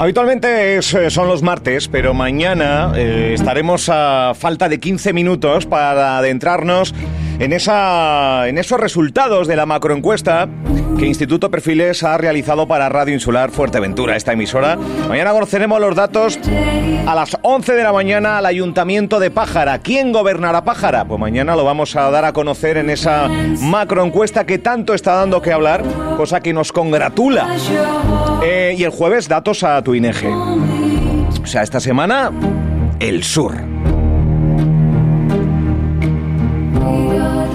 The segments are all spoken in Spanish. Habitualmente es, eh, son los martes, pero mañana eh, estaremos a falta de 15 minutos para adentrarnos en, esa, en esos resultados de la macroencuesta que Instituto Perfiles ha realizado para Radio Insular Fuerteventura, esta emisora. Mañana conoceremos los datos a las 11 de la mañana al Ayuntamiento de Pájara. ¿Quién gobernará Pájara? Pues mañana lo vamos a dar a conocer en esa macroencuesta que tanto está dando que hablar, cosa que nos congratula. Eh, y el jueves, datos a tu INEGE. O sea, esta semana, el sur.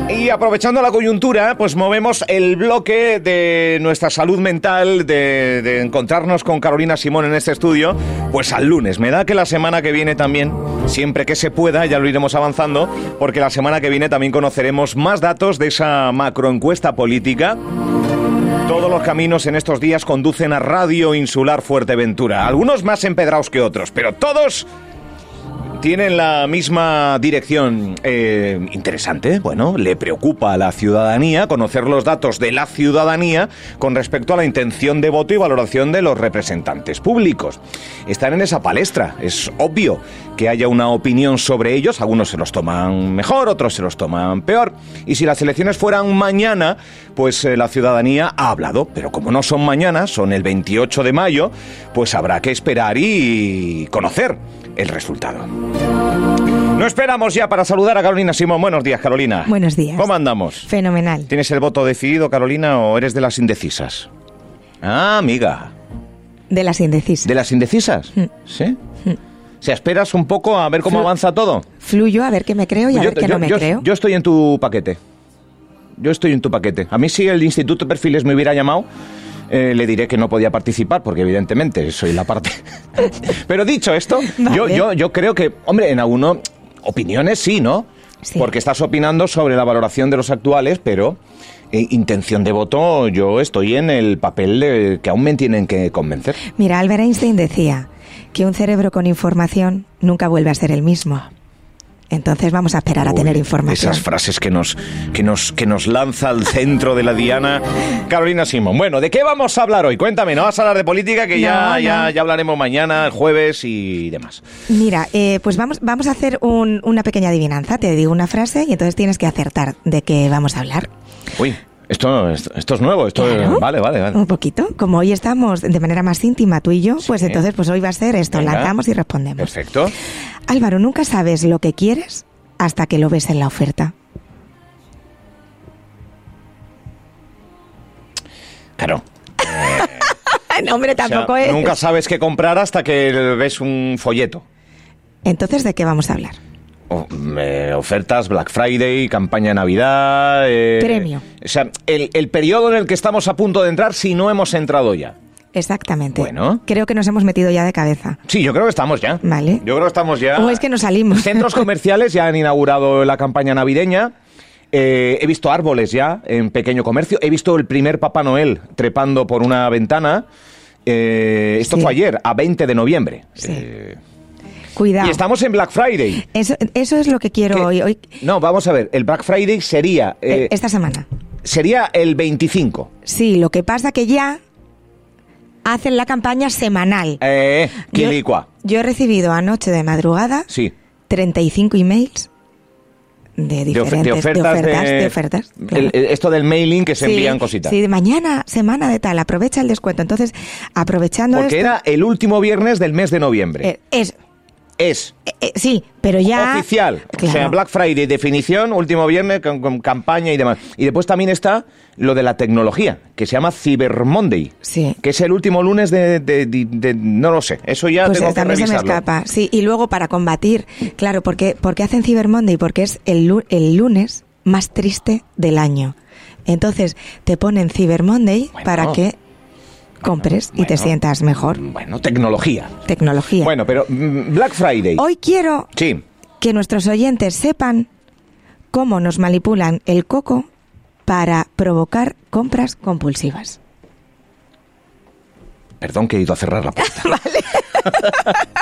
Y aprovechando la coyuntura, pues movemos el bloque de nuestra salud mental, de, de encontrarnos con Carolina Simón en este estudio, pues al lunes. Me da que la semana que viene también, siempre que se pueda, ya lo iremos avanzando, porque la semana que viene también conoceremos más datos de esa macroencuesta política. Todos los caminos en estos días conducen a Radio Insular Fuerteventura, algunos más empedrados que otros, pero todos tienen la misma dirección eh, interesante. Bueno, le preocupa a la ciudadanía conocer los datos de la ciudadanía con respecto a la intención de voto y valoración de los representantes públicos. Están en esa palestra. Es obvio que haya una opinión sobre ellos. Algunos se los toman mejor, otros se los toman peor. Y si las elecciones fueran mañana, pues eh, la ciudadanía ha hablado. Pero como no son mañana, son el 28 de mayo, pues habrá que esperar y conocer el resultado. No esperamos ya para saludar a Carolina Simón. Buenos días, Carolina. Buenos días. ¿Cómo andamos? Fenomenal. ¿Tienes el voto decidido, Carolina, o eres de las indecisas? Ah, amiga. De las indecisas. ¿De las indecisas? Mm. ¿Sí? ¿Se esperas un poco a ver cómo Flu- avanza todo? Fluyo a ver qué me creo y a ver qué no me Pues yo- creo. yo estoy en tu paquete. Yo estoy en tu paquete. A mí si el Instituto Perfiles me hubiera llamado, eh, le diré que no podía participar, porque evidentemente soy la parte. Pero dicho esto, yo, Vale. yo, yo creo que, hombre, en alguno, opiniones sí, ¿no? Sí. Porque estás opinando sobre la valoración de los actuales, pero eh, intención de voto, yo estoy en el papel de que aún me tienen que convencer. Mira, Albert Einstein decía que un cerebro con información nunca vuelve a ser el mismo. Entonces vamos a esperar a Uy, tener información. Esas frases que nos, que, nos, que nos lanza al centro de la diana Carolina Simón. Bueno, ¿de qué vamos a hablar hoy? Cuéntame, no vas a hablar de política, que ya, No, no. Ya, ya hablaremos mañana, el jueves y demás. Mira, eh, pues vamos, vamos a hacer un- una pequeña adivinanza. Te digo una frase y entonces tienes que acertar de qué vamos a hablar. Uy, esto, esto, esto es nuevo, esto es- Claro. Vale, vale, vale. Un poquito. Como hoy estamos de manera más íntima tú y yo, pues Sí. entonces pues hoy va a ser esto. Venga. Lanzamos y respondemos. Perfecto. Álvaro, nunca sabes lo que quieres hasta que lo ves en la oferta. Claro. No, hombre, O sea, tampoco es. Nunca sabes qué comprar hasta que ves un folleto. Entonces, ¿de qué vamos a hablar? O- eh, ofertas, Black Friday, campaña de Navidad. eh, Premio. O sea, el, el periodo en el que estamos a punto de entrar si no hemos entrado ya. Exactamente. Bueno. Creo que nos hemos metido ya de cabeza. Sí, yo creo que estamos ya. Vale. Yo creo que estamos ya. O es que no salimos. Centros comerciales ya han inaugurado la campaña navideña. Eh, he visto árboles ya en pequeño comercio. He visto el primer Papá Noel trepando por una ventana. Eh, esto Sí. fue ayer, a 20 de noviembre. Sí. Eh, Cuidado. y estamos en Black Friday. Eso, eso es lo que quiero Que- hoy. hoy- No, vamos a ver. El Black Friday sería, eh, eh, esta semana. sería el 25. Sí, lo que pasa que ya hacen la campaña semanal. Eh, Yo- Quilicua. Yo, he recibido anoche de madrugada Sí. 35 emails de De, ofe- diferentes de ofertas. de ofertas, de- de ofertas, el- claro. el- esto del mailing que se Sí, envían cositas. Sí, de mañana, semana de tal, aprovecha el descuento. Entonces, aprovechando Porque esto, era el último viernes del mes de noviembre. eh, es es eh, eh, sí, pero ya oficial. O sea, Claro. Black Friday, definición, último viernes con, con campaña y demás. Y después también está lo de la tecnología, que se llama Cyber Monday. Sí. Que es el último lunes de... de- de- de- no lo sé, eso ya Pues tengo que también se me revisarlo. escapa. Sí, y luego para combatir, claro, porque porque hacen Cyber Monday porque es el, lu- el lunes más triste del año. Entonces, te ponen Cyber Monday Bueno. para que compres y te Bueno. sientas mejor. Bueno, tecnología. Tecnología. Bueno, pero mm, Black Friday. Hoy quiero Sí. que nuestros oyentes sepan cómo nos manipulan el coco para provocar compras compulsivas. Perdón que he ido a cerrar la puerta. vale.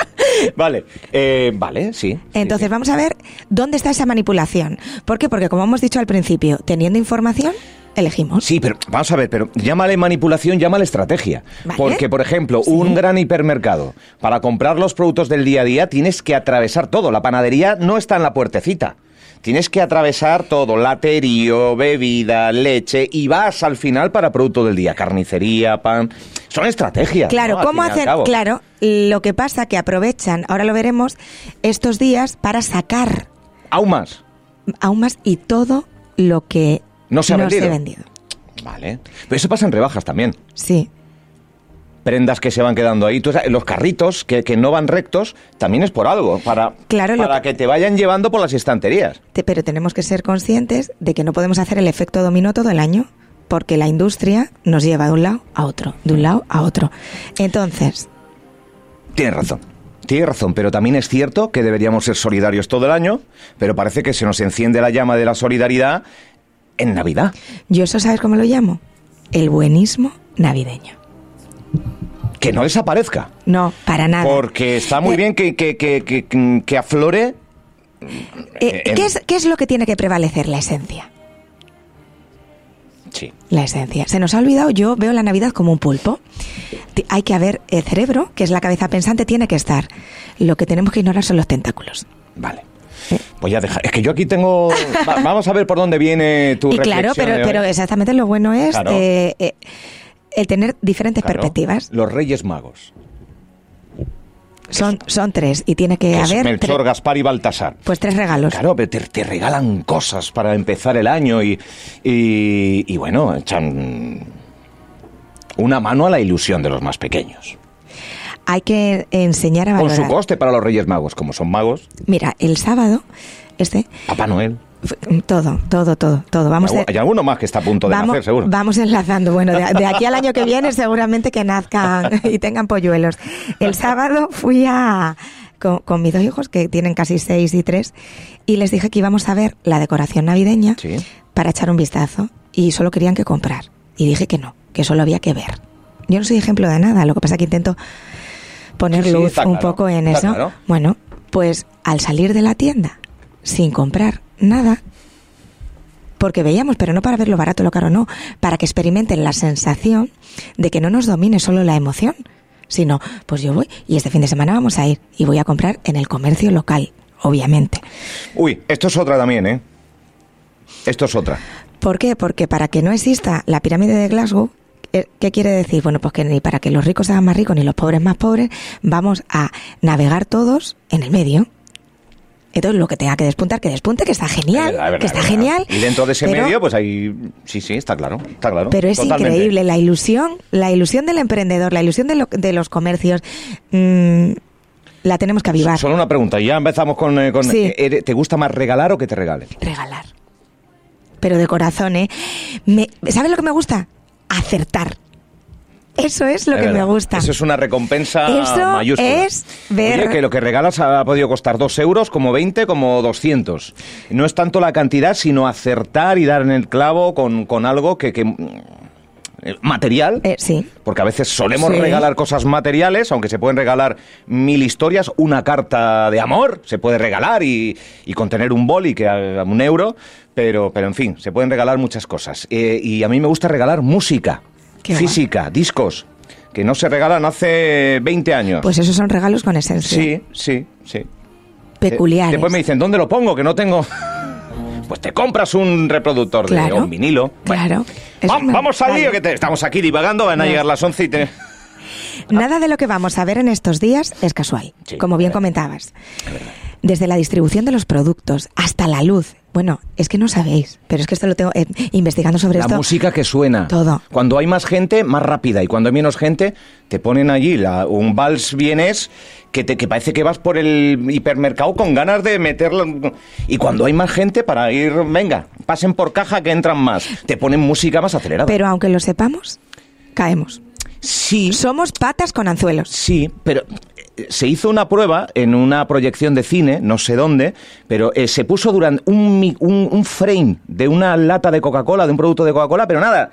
vale, eh, vale, sí. sí, Entonces, sí. vamos a ver dónde está esa manipulación. ¿Por qué? Porque, como hemos dicho al principio, teniendo información, elegimos. Sí, pero vamos a ver, pero llámale manipulación, llámale estrategia. Vale. Porque, por ejemplo, Sí. un gran hipermercado, para comprar los productos del día a día tienes que atravesar todo. La panadería no está en la puertecita. Tienes que atravesar todo, laterío, bebida, leche, y vas al final para producto del día, carnicería, pan. Son estrategias. Claro, ¿no? Al fin ¿cómo y al hacen? cabo. Claro, lo que pasa que aprovechan, ahora lo veremos, estos días para sacar Aún más. aún más y todo lo que No se ha vendido. vendido. Vale. Pero eso pasa en rebajas también. Sí, prendas que se van quedando ahí. Tú sabes, los carritos que, que no van rectos también es por algo, para, Claro, lo para que- que te vayan llevando por las estanterías. te- pero tenemos que ser conscientes de que no podemos hacer el efecto dominó todo el año, porque la industria nos lleva de un lado a otro, de un lado a otro. Entonces, Tienes razón. Tienes razón, pero también es cierto que deberíamos ser solidarios todo el año, pero parece que se nos enciende la llama de la solidaridad en Navidad. yo eso sabes cómo lo llamo? El buenismo navideño. Que no desaparezca. No, para nada. Porque está muy Eh, bien que, que, que, que, que aflore. Eh, en- ¿qué, es, ¿Qué es lo que tiene que prevalecer? La esencia. Sí. La esencia. Se nos ha olvidado, yo veo la Navidad como un pulpo. Ti- Hay que haber el cerebro, que es la cabeza pensante, tiene que estar. Lo que tenemos que ignorar son los tentáculos. Vale. Eh. Pues ya deja. Es que yo aquí tengo. Va- vamos a ver por dónde viene tu Y claro, reflexión pero, de hoy. pero exactamente lo bueno es Claro. eh, eh, el tener diferentes Claro, perspectivas. Los Reyes Magos. Son, son tres y tiene que que es haber Melchor, tres- Gaspar y Baltasar. pues tres regalos. Claro, pero te, te regalan cosas para empezar el año y, y, y bueno, echan una mano a la ilusión de los más pequeños. Hay que enseñar a Con valorar. su coste para los Reyes Magos, como son magos, Mira, el sábado, este, Papá Noel. f- todo, todo, todo, todo. Vamos y, algu- de- hay alguno más que está a punto de vamos, nacer, seguro. vamos enlazando. Bueno, de, de aquí al año que viene seguramente que nazcan y tengan polluelos. El sábado fui a... Con, con mis dos hijos, que tienen casi seis y tres, y les dije que íbamos a ver la decoración navideña Sí. para echar un vistazo, y solo querían que comprar. Y dije que no, que solo había que ver. Yo no soy ejemplo de nada, lo que pasa es que intento poner Sí, sí, luz está un claro, poco en está eso. claro. Bueno, pues al salir de la tienda, sin comprar nada, porque veíamos, pero no para ver lo barato, lo caro, no, para que experimenten la sensación de que no nos domine solo la emoción, sino, pues yo voy y este fin de semana vamos a ir y voy a comprar en el comercio local, obviamente. Uy, esto es otra también, ¿eh? Esto es otra. ¿Por qué? Porque para que no exista la pirámide de Glasgow, eh, ¿qué quiere decir? Bueno, pues que ni para que los ricos sean más ricos ni los pobres más pobres, vamos a navegar todos en el medio. Entonces, lo que tenga que despuntar, que despunte, que está Es genial, Eh, verdad, es que verdad, está es verdad. genial. Y dentro de ese pero- medio, pues hay. Sí, sí, está claro. Está claro. Pero es Totalmente. increíble la ilusión, la ilusión del emprendedor, la ilusión de, lo- de los comercios. mm, la tenemos que avivar. Solo una pregunta, y ya empezamos con... eh, con- Sí. eh, ¿Te gusta más regalar o que te regalen? Regalar. Pero de corazón, ¿eh? Me- ¿Sabes lo que me gusta? Acertar. Eso es lo Es que verdad. me gusta. Eso es una recompensa Eso mayúscula. es ver- Oye, que lo que regalas ha podido costar 2 euros, como 20, como 200. No es tanto la cantidad, sino acertar y dar en el clavo con, con algo que... que, mm, eh, material. Eh, sí. Porque a veces solemos Sí. regalar cosas materiales, aunque se pueden regalar mil historias, una carta de amor se puede regalar y, y contener un boli que a a un euro, pero, pero en fin, se pueden regalar muchas cosas. Eh, y a mí me gusta regalar música, Qué guay. física, discos, que no se regalan hace 20 años. Pues esos son regalos con esencia. sí, sí, sí. Eh, Peculiares. Después me dicen, ¿dónde lo pongo? Que no tengo... Pues te compras un reproductor de Claro. o un vinilo. Claro. Es Va- una- vamos al lío, Vale. que te- estamos aquí divagando, van a No. llegar las 11 y te... Nada de lo que vamos a ver en estos días es casual, Sí, como bien verdad. comentabas. Desde la distribución de los productos hasta la luz. Bueno, es que no sabéis, pero es que esto lo tengo eh, investigando sobre La esto. música que suena. Todo. Cuando hay más gente, más rápida. Y cuando hay menos gente, te ponen allí la- un vals vienés que, te, que parece que vas por el hipermercado con ganas de meterla. Y cuando hay más gente, para ir, venga, pasen por caja que entran más. Te ponen música más acelerada. Pero aunque lo sepamos, caemos. sí, Somos patas con anzuelos. sí, pero eh, se hizo una prueba en una proyección de cine, no sé dónde, pero eh, se puso durante un, mi- un- un frame de una lata de Coca-Cola, de un producto de Coca-Cola, pero nada,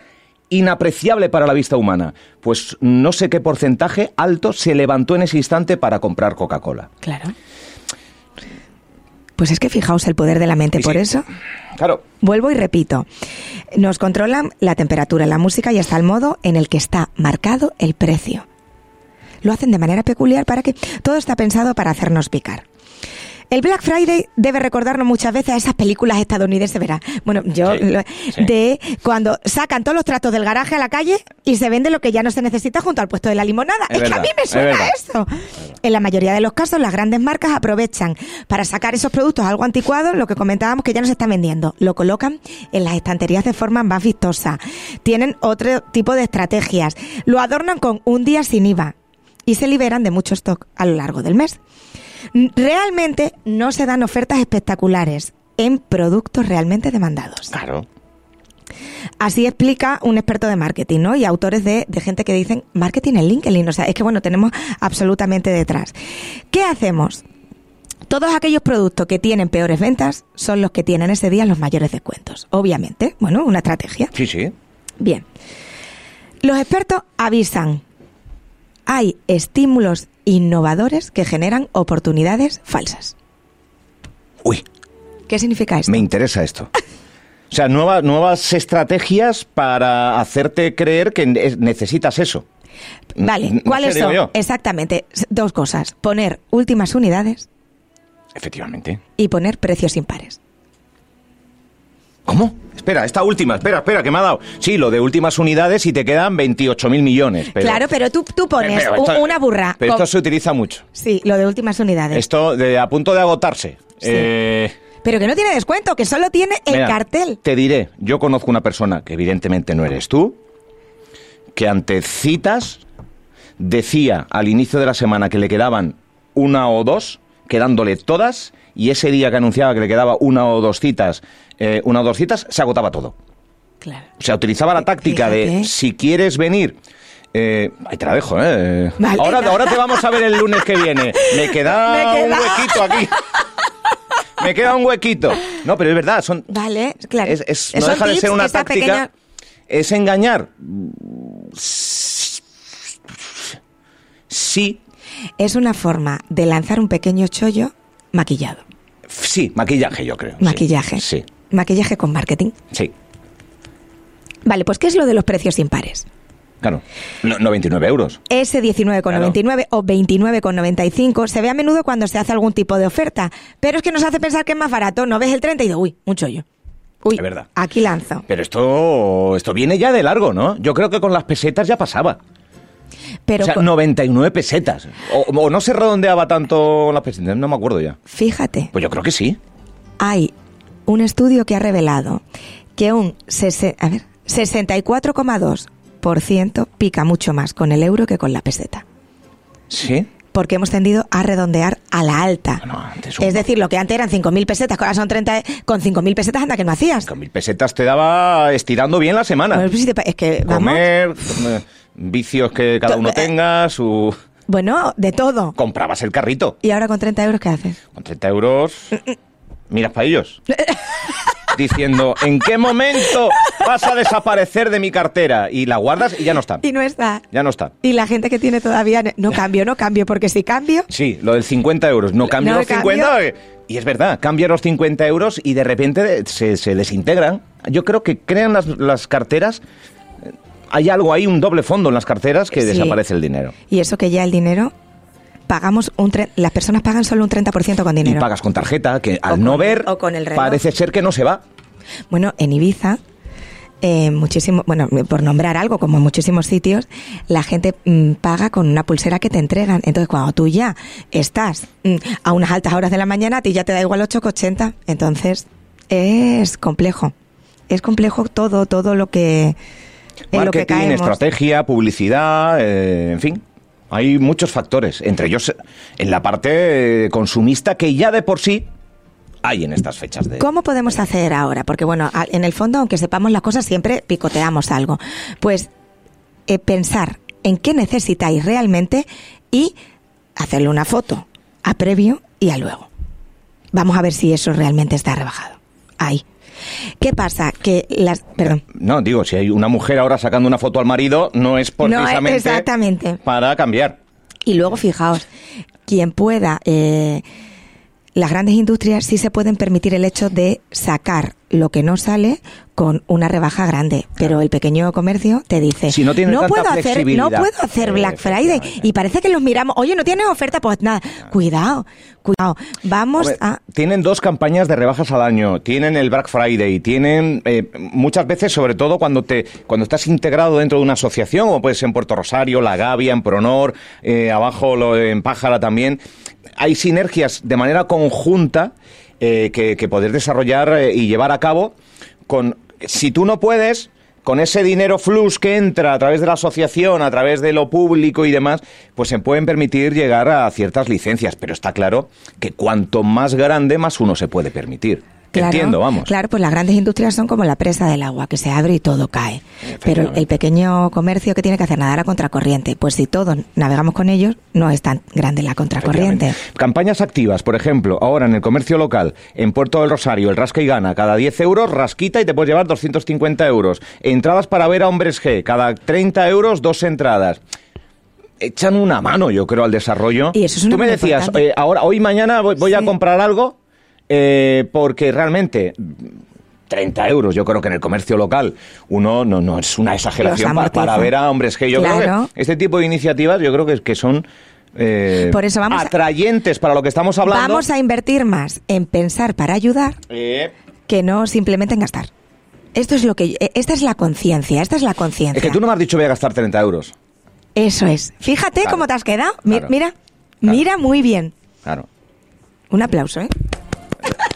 inapreciable para la vista humana. Pues no sé qué porcentaje alto se levantó en ese instante para comprar Coca-Cola. Claro. Pues es que fijaos el poder de la mente, Sí, por sí. eso Claro. Vuelvo y repito, nos controlan la temperatura, la música y hasta el modo en el que está marcado el precio. Lo hacen de manera peculiar para que todo está pensado para hacernos picar. El Black Friday debe recordarnos muchas veces a esas películas estadounidenses, verá. Bueno, yo Sí, lo- sí. de cuando sacan todos los tratos del garaje a la calle y se vende lo que ya no se necesita junto al puesto de la limonada. Es Es, que a verdad, mí me es suena verdad. eso. En la mayoría de los casos, las grandes marcas aprovechan para sacar esos productos algo anticuados, lo que comentábamos que ya no se están vendiendo. Lo colocan en las estanterías de forma más vistosa. Tienen otro tipo de estrategias. Lo adornan con un día sin IVA y se liberan de mucho stock a lo largo del mes. N- Realmente no se dan ofertas espectaculares en productos realmente demandados. Claro. Así explica un experto de marketing, ¿no? Y autores de, de gente que dicen marketing en LinkedIn. O sea, es que bueno, tenemos absolutamente detrás. ¿Qué hacemos? Todos aquellos productos que tienen peores ventas son los que tienen ese día los mayores descuentos. Obviamente, bueno, una estrategia. Sí, sí. Bien. Los expertos avisan. Hay estímulos innovadores que generan oportunidades falsas. Uy, ¿Qué significa esto? me interesa esto. O sea, nueva- nuevas estrategias para hacerte creer que ne- necesitas eso. Vale, No sé, ¿cuáles digo son? yo. Exactamente, s- dos cosas. Poner últimas unidades Efectivamente. y poner precios impares. ¿Cómo? Espera, esta última, espera, espera, que me ha dado. Sí, lo de últimas unidades y te quedan 28.000 millones. Pero, claro, pero tú, tú pero pones esto- un- una burra. Pero esto con- se utiliza mucho. Sí, lo de últimas unidades. Esto de, a punto de agotarse. Sí. Eh, Pero que no tiene descuento, que solo tiene el mira, cartel. Te diré, yo conozco una persona, que evidentemente no eres tú, que ante citas decía al inicio de la semana que le quedaban una o dos, quedándole todas, y ese día que anunciaba que le quedaba una o dos citas, eh, una o dos citas, se agotaba todo. Claro. O sea, utilizaba la táctica de Fíjate. si quieres venir. eh, ahí te la dejo, ¿eh? Vale. Ahora, ahora te vamos a ver el lunes que viene. Me queda, Me queda- un huequito aquí. Me queda un huequito. No, pero es verdad, son. Vale, claro. es- es- no Son deja de tips, ser una esa táctica. pequeña- Es engañar. Sí, Es una forma de lanzar un pequeño chollo maquillado. sí, maquillaje, yo creo. sí. Maquillaje. Sí, Maquillaje con marketing. sí. Vale, pues ¿qué es lo de los precios impares? Claro. No- 99 euros. Ese 19,99 o 29,95 se ve a menudo cuando se hace algún tipo de oferta, pero es que nos hace pensar que es más barato. No ves el 30 y dices, uy, un chollo. Uy, Es verdad. aquí lanzo. Pero esto, esto viene ya de largo, ¿no? Yo creo que con las pesetas ya pasaba. Pero o sea, co- 99 pesetas. O, o no se redondeaba tanto las pesetas, no me acuerdo ya. fíjate, Pues yo creo que sí. hay un estudio que ha revelado que un sese- a ver, 64,2% pica mucho más con el euro que con la peseta. Sí. porque hemos tendido a redondear a la alta. Bueno, Ah, antes un- es decir, lo que antes eran 5.000 pesetas, que ahora son 30, con 5.000 pesetas anda que no hacías. Con mil pesetas te daba estirando bien la semana. Bueno, pues si te pa- es que, vamos, Comer, eh, vicios que cada To- uno eh. tenga, su... bueno, de todo. Comprabas el carrito. Y ahora con 30 euros, ¿qué haces? Con 30 euros, miras para ellos. Diciendo, ¿en qué momento vas a desaparecer de mi cartera? Y la guardas y ya no está. Y no está. Ya no está. Y la gente que tiene todavía, no cambio, no cambio, porque si cambio, Sí, lo del 50 euros. No cambio No los cambio. 50. eh, Y es verdad, cambias los 50 euros y de repente se, se desintegran. Yo creo que crean las, las carteras. eh, Hay algo ahí, un doble fondo en las carteras que Sí. desaparece el dinero. y eso que ya el dinero, pagamos un tre- las personas pagan solo un 30% con dinero. Y pagas con tarjeta, que al O con- no ver, o con el reloj. parece ser que no se va. Bueno, en Ibiza, eh, muchísimo, bueno, por nombrar algo, como en muchísimos sitios, la gente mm, paga con una pulsera que te entregan. Entonces, cuando tú ya estás mm, a unas altas horas de la mañana, a ti ya te da igual 8,80. Entonces, es complejo. Es complejo todo, todo lo que. En lo que Marketing, caemos. estrategia, publicidad, eh, en fin. Hay muchos factores, entre ellos eh, en la parte eh, consumista que ya de por sí hay en estas fechas de... ¿Cómo podemos hacer ahora? Porque bueno, a- en el fondo, aunque sepamos las cosas, siempre picoteamos algo. Pues eh, pensar en qué necesitáis realmente y hacerle una foto a previo y a luego. Vamos a ver si eso realmente está rebajado. Ahí. ¿Qué pasa? Que las... Perdón. No, digo, si hay una mujer ahora sacando una foto al marido, no es No, precisamente exactamente. para cambiar. Y luego, fijaos, quien pueda eh, las grandes industrias sí se pueden permitir el hecho de sacar lo que no sale con una rebaja grande, pero el pequeño comercio te dice, Si no tiene tanta puedo hacer no flexibilidad". puedo hacer Eh, Black Friday efectivamente. y parece que los miramos, oye, no tienes oferta, pues nada, cuidado, cuidado. Vamos Hombre, a Tienen dos campañas de rebajas al año, tienen el Black Friday, tienen eh, muchas veces, sobre todo cuando te cuando estás integrado dentro de una asociación, o puedes en Puerto Rosario, La Gavia, en Pronor, eh, abajo lo, en Pájara también, hay sinergias de manera conjunta eh, que, que poder desarrollar eh, y llevar a cabo con si tú no puedes con ese dinero flux que entra a través de la asociación, a través de lo público y demás, pues se pueden permitir llegar a ciertas licencias. Pero está claro que cuanto más grande, más uno se puede permitir. Te Entiendo, vamos. Claro, pues las grandes industrias son como la presa del agua, que se abre y todo cae. Pero Efectivamente. el pequeño comercio que tiene que hacer nadar a contracorriente, pues si todos navegamos con ellos, no es tan grande la contracorriente. Efectivamente. Campañas activas, por ejemplo, ahora en el comercio local, en Puerto del Rosario, el rasca y gana, cada 10 euros rasquita y te puedes llevar 250 euros. Entradas para ver a hombres G, cada 30 euros dos entradas. Echan una mano, yo creo, al desarrollo. Y eso es una Tú me muy decías, importante. eh, ahora, hoy mañana voy, voy a Sí. comprar algo eh, porque realmente... 30 euros, yo creo que en el comercio local uno no, no es una exageración para, amortiza. para ver a hombres G. Yo creo Claro. que este tipo de iniciativas yo creo que, que son eh, Por eso vamos a- atrayentes para lo que estamos hablando. Vamos a invertir más en pensar para ayudar Eh, que no simplemente en gastar. Esto es lo que eh, esta es la conciencia, esta es la conciencia. es que tú no me has dicho voy a gastar 30 euros. Eso es. Fíjate Claro. cómo te has quedado. Mi- Claro. Mira, Claro. mira muy bien. Claro. Un aplauso, ¿eh?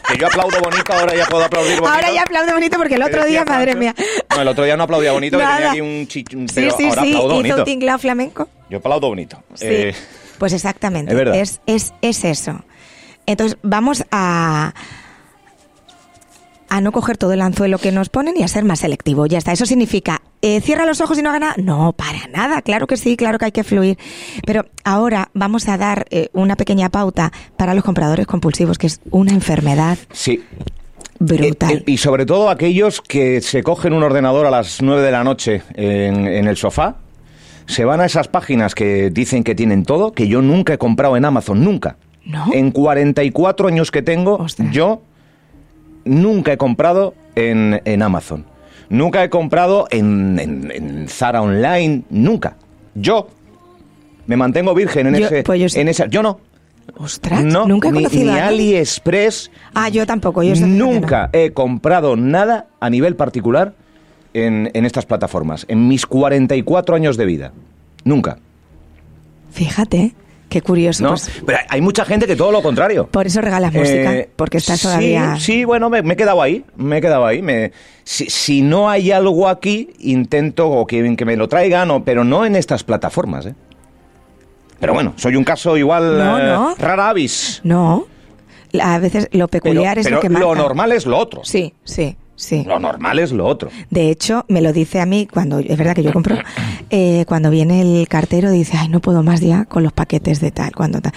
Que yo aplaudo bonito, ahora ya puedo aplaudir bonito. Ahora ya aplaudo bonito porque el Que otro decía día, madre Pancho- mía. No, el otro día no aplaudía bonito, que Nada. tenía aquí un chichón. Sí, sí, ahora aplaudo sí, hizo bonito. un tinglao flamenco. Yo aplaudo bonito. Sí. Eh, pues exactamente. es verdad. Es, es, es eso. Entonces, vamos a a no coger todo el anzuelo que nos ponen y a ser más selectivo. Ya está. Eso significa, eh, cierra los ojos y no haga nada. No, para nada. Claro que sí, claro que hay que fluir. Pero ahora vamos a dar eh, una pequeña pauta para los compradores compulsivos, que es una enfermedad sí. brutal. Eh, eh, y sobre todo aquellos que se cogen un ordenador a las 9 de la noche en, en el sofá, se van a esas páginas que dicen que tienen todo, que yo nunca he comprado en Amazon, nunca. ¿No? En 44 años que tengo, Ostras. yo nunca he comprado en, en Amazon. Nunca he comprado en, en- en Zara Online, nunca. Yo me mantengo virgen en, Yo- ese, pues yo sí. en esa... Yo no. Ostras, no, nunca he ni, conocido ni a alguien. AliExpress, Ah, yo tampoco. Yo eso- Nunca he comprado nada a nivel particular en, en estas plataformas, en mis 44 años de vida. Nunca. Fíjate, qué curioso. ¿no? pues. Pero hay mucha gente que todo lo contrario. Por eso regalas música, Eh, porque estás sí, todavía... Sí, bueno, me, me he quedado ahí. Me he quedado ahí. Me, si, si no hay algo aquí, intento o que, que me lo traigan, o, pero no en estas plataformas. ¿eh? Pero bueno, soy un caso igual No, eh, no. rara avis. No, a veces lo Pero, peculiar es pero lo que marca. normal es lo otro. Sí, sí, sí. Lo normal es lo otro. De hecho, me lo dice a mí cuando, es verdad que yo compro, eh, cuando viene el cartero dice, ay, no puedo más ya con los paquetes de tal, cuando tal.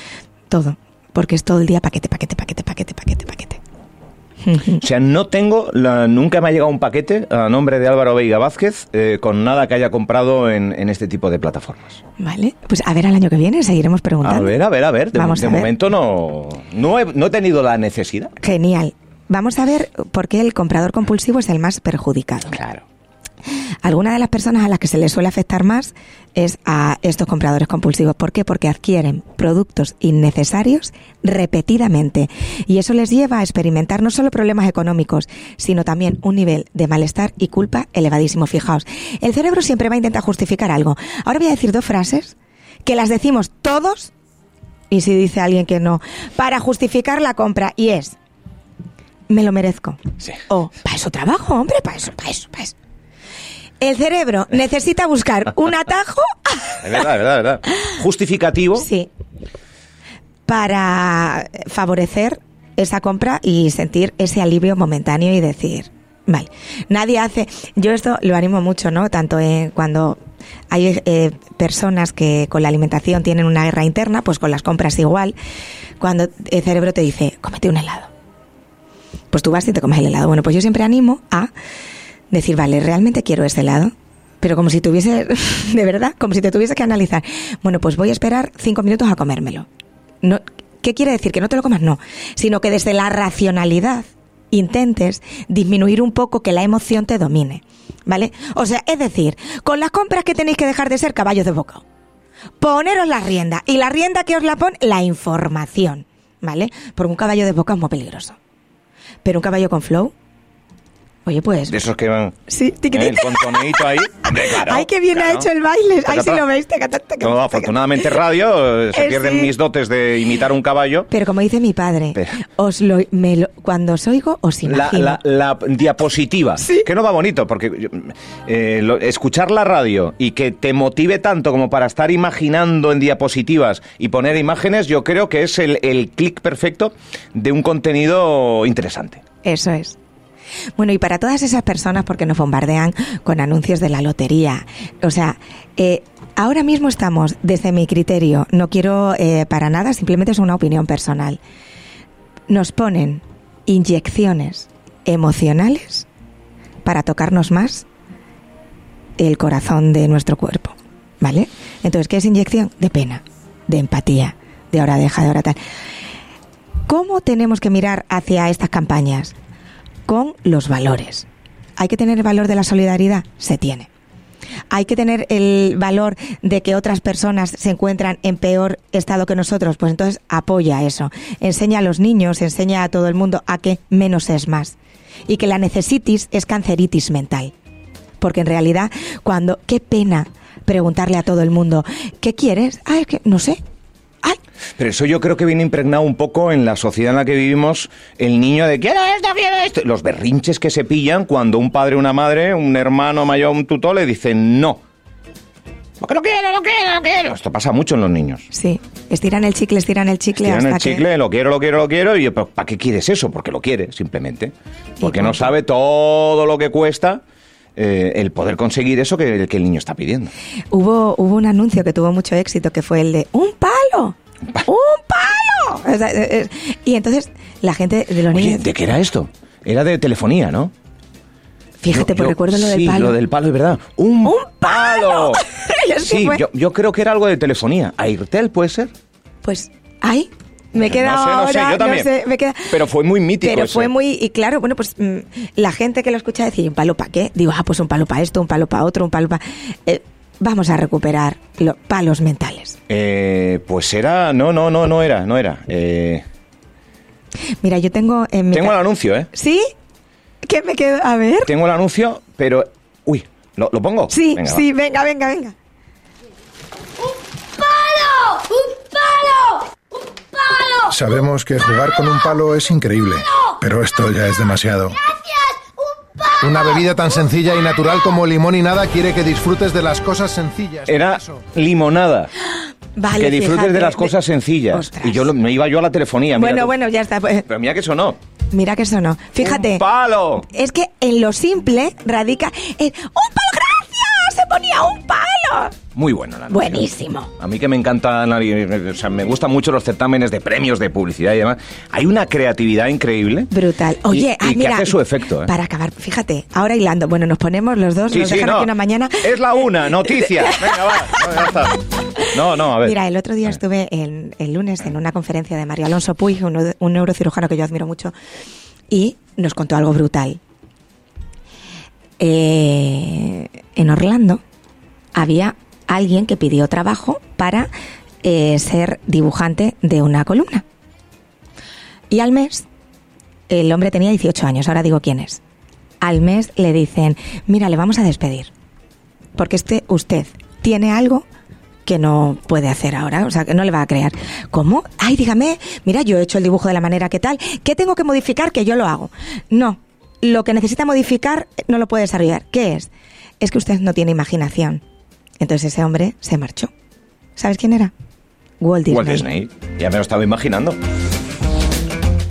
Todo, porque es todo el día paquete, paquete, paquete, paquete, paquete, paquete. O sea, no tengo, la- nunca me ha llegado un paquete a nombre de Álvaro Veiga Vázquez eh, con nada que haya comprado en, en este tipo de plataformas. Vale, pues a ver al año que viene seguiremos A preguntando. ver, a ver, a ver. De, Vamos de a ver. momento no, no, he, no he tenido la necesidad. Genial. Vamos a ver por qué el comprador compulsivo es el más perjudicado. Claro. Algunas de las personas a las que se les suele afectar más es a estos compradores compulsivos. ¿Por qué? Porque adquieren productos innecesarios repetidamente. Y eso les lleva a experimentar no solo problemas económicos, sino también un nivel de malestar y culpa elevadísimo. Fijaos, el cerebro siempre va a intentar justificar algo. Ahora voy a decir dos frases que las decimos todos y si dice alguien que no, para justificar la compra. Y es, me lo merezco. Sí. O, para Oh, eso trabajo, hombre, para eso, para eso, para eso. El cerebro necesita buscar un atajo Es verdad, es verdad, es verdad. Justificativo. sí, para favorecer esa compra y sentir ese alivio momentáneo y decir, vale, nadie hace, yo esto lo animo mucho, ¿no? Tanto en cuando hay eh, personas que con la alimentación tienen una guerra interna, pues con las compras igual, cuando el cerebro te dice, cómete un helado. Pues tú vas y te comes el helado. Bueno, pues yo siempre animo a decir, vale, realmente quiero ese helado. Pero como si tuviese, de verdad, como si te tuviese que analizar. Bueno, pues voy a esperar cinco minutos a comérmelo. No, ¿Qué quiere decir? Que no te lo comas, no. Sino que desde la racionalidad intentes disminuir un poco que la emoción te domine. ¿Vale? O sea, es decir, con las compras que tenéis que dejar de ser caballos de boca. Poneros la rienda. Y la rienda que os la pone, la información. ¿Vale? Porque un caballo de boca es muy peligroso. Pero un caballo con flow. Oye, pues. De esos que van. Sí, El tiquitita. contoneito ahí. Hombre, Eh, claro, Ay, qué bien ha claro. hecho el baile. Ay, si Tacatá. lo veis, tacatá, tacatá, No, tacatá. afortunadamente radio, eh, se Eh, pierden sí. mis dotes de imitar un caballo. Pero como dice mi padre, Pero- os lo, me lo- cuando os oigo, os La, imagino. la- la diapositiva, Sí. que no va bonito, porque yo, eh, lo- escuchar la radio y que te motive tanto como para estar imaginando en diapositivas y poner imágenes, yo creo que es el, el clic perfecto de un contenido interesante. Eso es. Bueno, y para todas esas personas, porque nos bombardean con anuncios de la lotería, o sea, eh, ahora mismo estamos, desde mi criterio, no quiero eh, para nada, simplemente es una opinión personal, nos ponen inyecciones emocionales para tocarnos más el corazón de nuestro cuerpo, ¿vale? Entonces, ¿qué es inyección? De pena, de empatía, de ahora deja, de ahora tal. ¿Cómo tenemos que mirar hacia estas campañas? Con los valores. ¿Hay que tener el valor de la solidaridad? Se tiene. ¿Hay que tener el valor de que otras personas se encuentran en peor estado que nosotros? Pues entonces apoya eso. Enseña a los niños, enseña a todo el mundo a que menos es más. Y que la necesitis es canceritis mental. Porque en realidad, cuando... Qué pena preguntarle a todo el mundo, ¿qué quieres? Ah, es que no sé. Ay, Pero eso yo creo que viene impregnado un poco en la sociedad en la que vivimos, el niño de quiero esto, quiero esto. Los berrinches que se pillan cuando un padre, una madre, un hermano mayor, un tutor le dicen no. Porque no quiero, no quiero, no quiero. Esto pasa mucho en los niños. Sí, estiran el chicle, estiran el chicle Tiran el hasta chicle, lo quiero, lo quiero, lo quiero, y yo, "Pero, ¿para qué quieres eso? Porque lo quiere, simplemente. Porque no punto. sabe todo lo que cuesta eh, el poder conseguir eso que, el- que el niño está pidiendo. que hubo hubo un anuncio que tuvo mucho éxito que fue el de un palo, un palo. O sea, eh, eh, y entonces la gente de los Oye, niños, ¿de qué era esto? Era de telefonía, ¿no? fíjate, Yo- pues yo- recuerdo lo del sí, palo. lo del palo, es verdad. ¡Un, ¡Un palo! Y así sí, fue. yo, yo creo que era algo de telefonía. ¿Airtel puede ser? Pues ay, me he quedado no sé, no sé, ahora, yo también. sé, me he quedado- Pero fue muy mítico Pero ese. fue muy y claro, bueno, pues mm, la gente que lo escucha decir un palo para qué, digo, ah, pues un palo para esto, un palo para otro, un palo para vamos a recuperar los palos mentales. Eh, pues era... No, no, no, no era, no era. Eh, Mira, yo tengo en mi tengo ca- el anuncio, ¿eh? ¿Sí? ¿Qué me quedo? A ver. Tengo el anuncio, pero... Uy, ¿lo, lo pongo? Sí, Venga, va. sí, venga, venga, venga. palo! ¡Un palo! ¡Un palo! Sabemos que jugar con un palo es increíble, pero esto ya es demasiado. ¡Gracias! ¡Un palo! Una bebida tan sencilla y natural como limón y nada quiere que disfrutes de las cosas sencillas. Era Eso. limonada. Vale, que disfrutes fíjate, de las cosas de- sencillas. Ostras. Y yo lo- me iba yo a la telefonía. mira Bueno, tú. bueno, ya está. pues, Pero mira que sonó. Mira que eso no. Fíjate. ¡Un palo! Es que en lo simple radica. el- ¡Un palo, gracias! ¡Se ponía un palo! Muy bueno el anuncio. Buenísimo. A mí que me encanta, la- o sea, me gustan mucho los certámenes de premios, de publicidad y demás. Hay una creatividad increíble. Brutal. Oye, y, ah, y que mira. hace su efecto, ¿eh? Para acabar, fíjate, ahora hilando. Bueno, nos ponemos los dos, Sí, nos sí, dejan no. aquí una mañana. Eh, Es la una, noticias. Venga, va. No, ya está. No, no, a ver. Mira, el otro día estuve en- el lunes en una conferencia de Mario Alonso Puig, un, neu- un neurocirujano que yo admiro mucho, y nos contó algo brutal. Eh, en Orlando había alguien que pidió trabajo para eh, ser dibujante de una columna. Y al mes, el hombre tenía 18 años, ahora digo quién es. Al mes le dicen, mira, le vamos a despedir porque este usted tiene algo que no puede hacer ahora, o sea, que no le va a crear. ¿Cómo? Ay, dígame, mira, yo he hecho el dibujo de la manera que tal, ¿qué tengo que modificar que yo lo hago? No, lo que necesita modificar eh, no lo puede desarrollar. ¿Qué es? Es que usted no tiene imaginación. Entonces ese hombre se marchó. ¿Sabes quién era? Walt Disney. Walt Disney. Ya me lo estaba imaginando.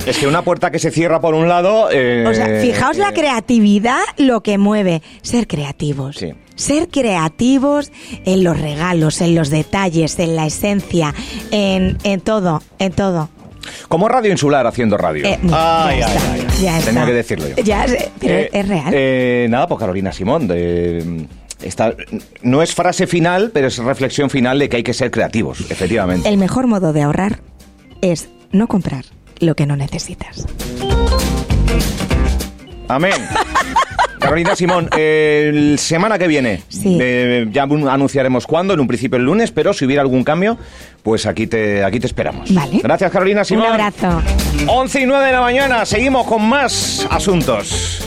Es que una puerta que se cierra por un lado. eh, O sea, fijaos la eh, creatividad lo que mueve. Ser creativos. Sí. Ser creativos en los regalos, en los detalles, en la esencia, en, en todo, en todo. Como radio insular haciendo radio. Eh, ay, ya ay, está, ay, ay. ya está. Tenía que decirlo yo. Ya sé, pero Eh, es real. eh, nada, pues Carolina Simón. de- esta- no es frase final, pero es reflexión final de que hay que ser creativos, efectivamente. El mejor modo de ahorrar es no comprar lo que no necesitas. Amén. Carolina Simón, eh, el semana que viene Sí. eh, ya un- anunciaremos cuándo, en un principio el lunes, pero si hubiera algún cambio, pues aquí te, aquí te esperamos. Vale. Gracias Carolina Un Simón. abrazo. 11 y 9 de la mañana, seguimos con más asuntos.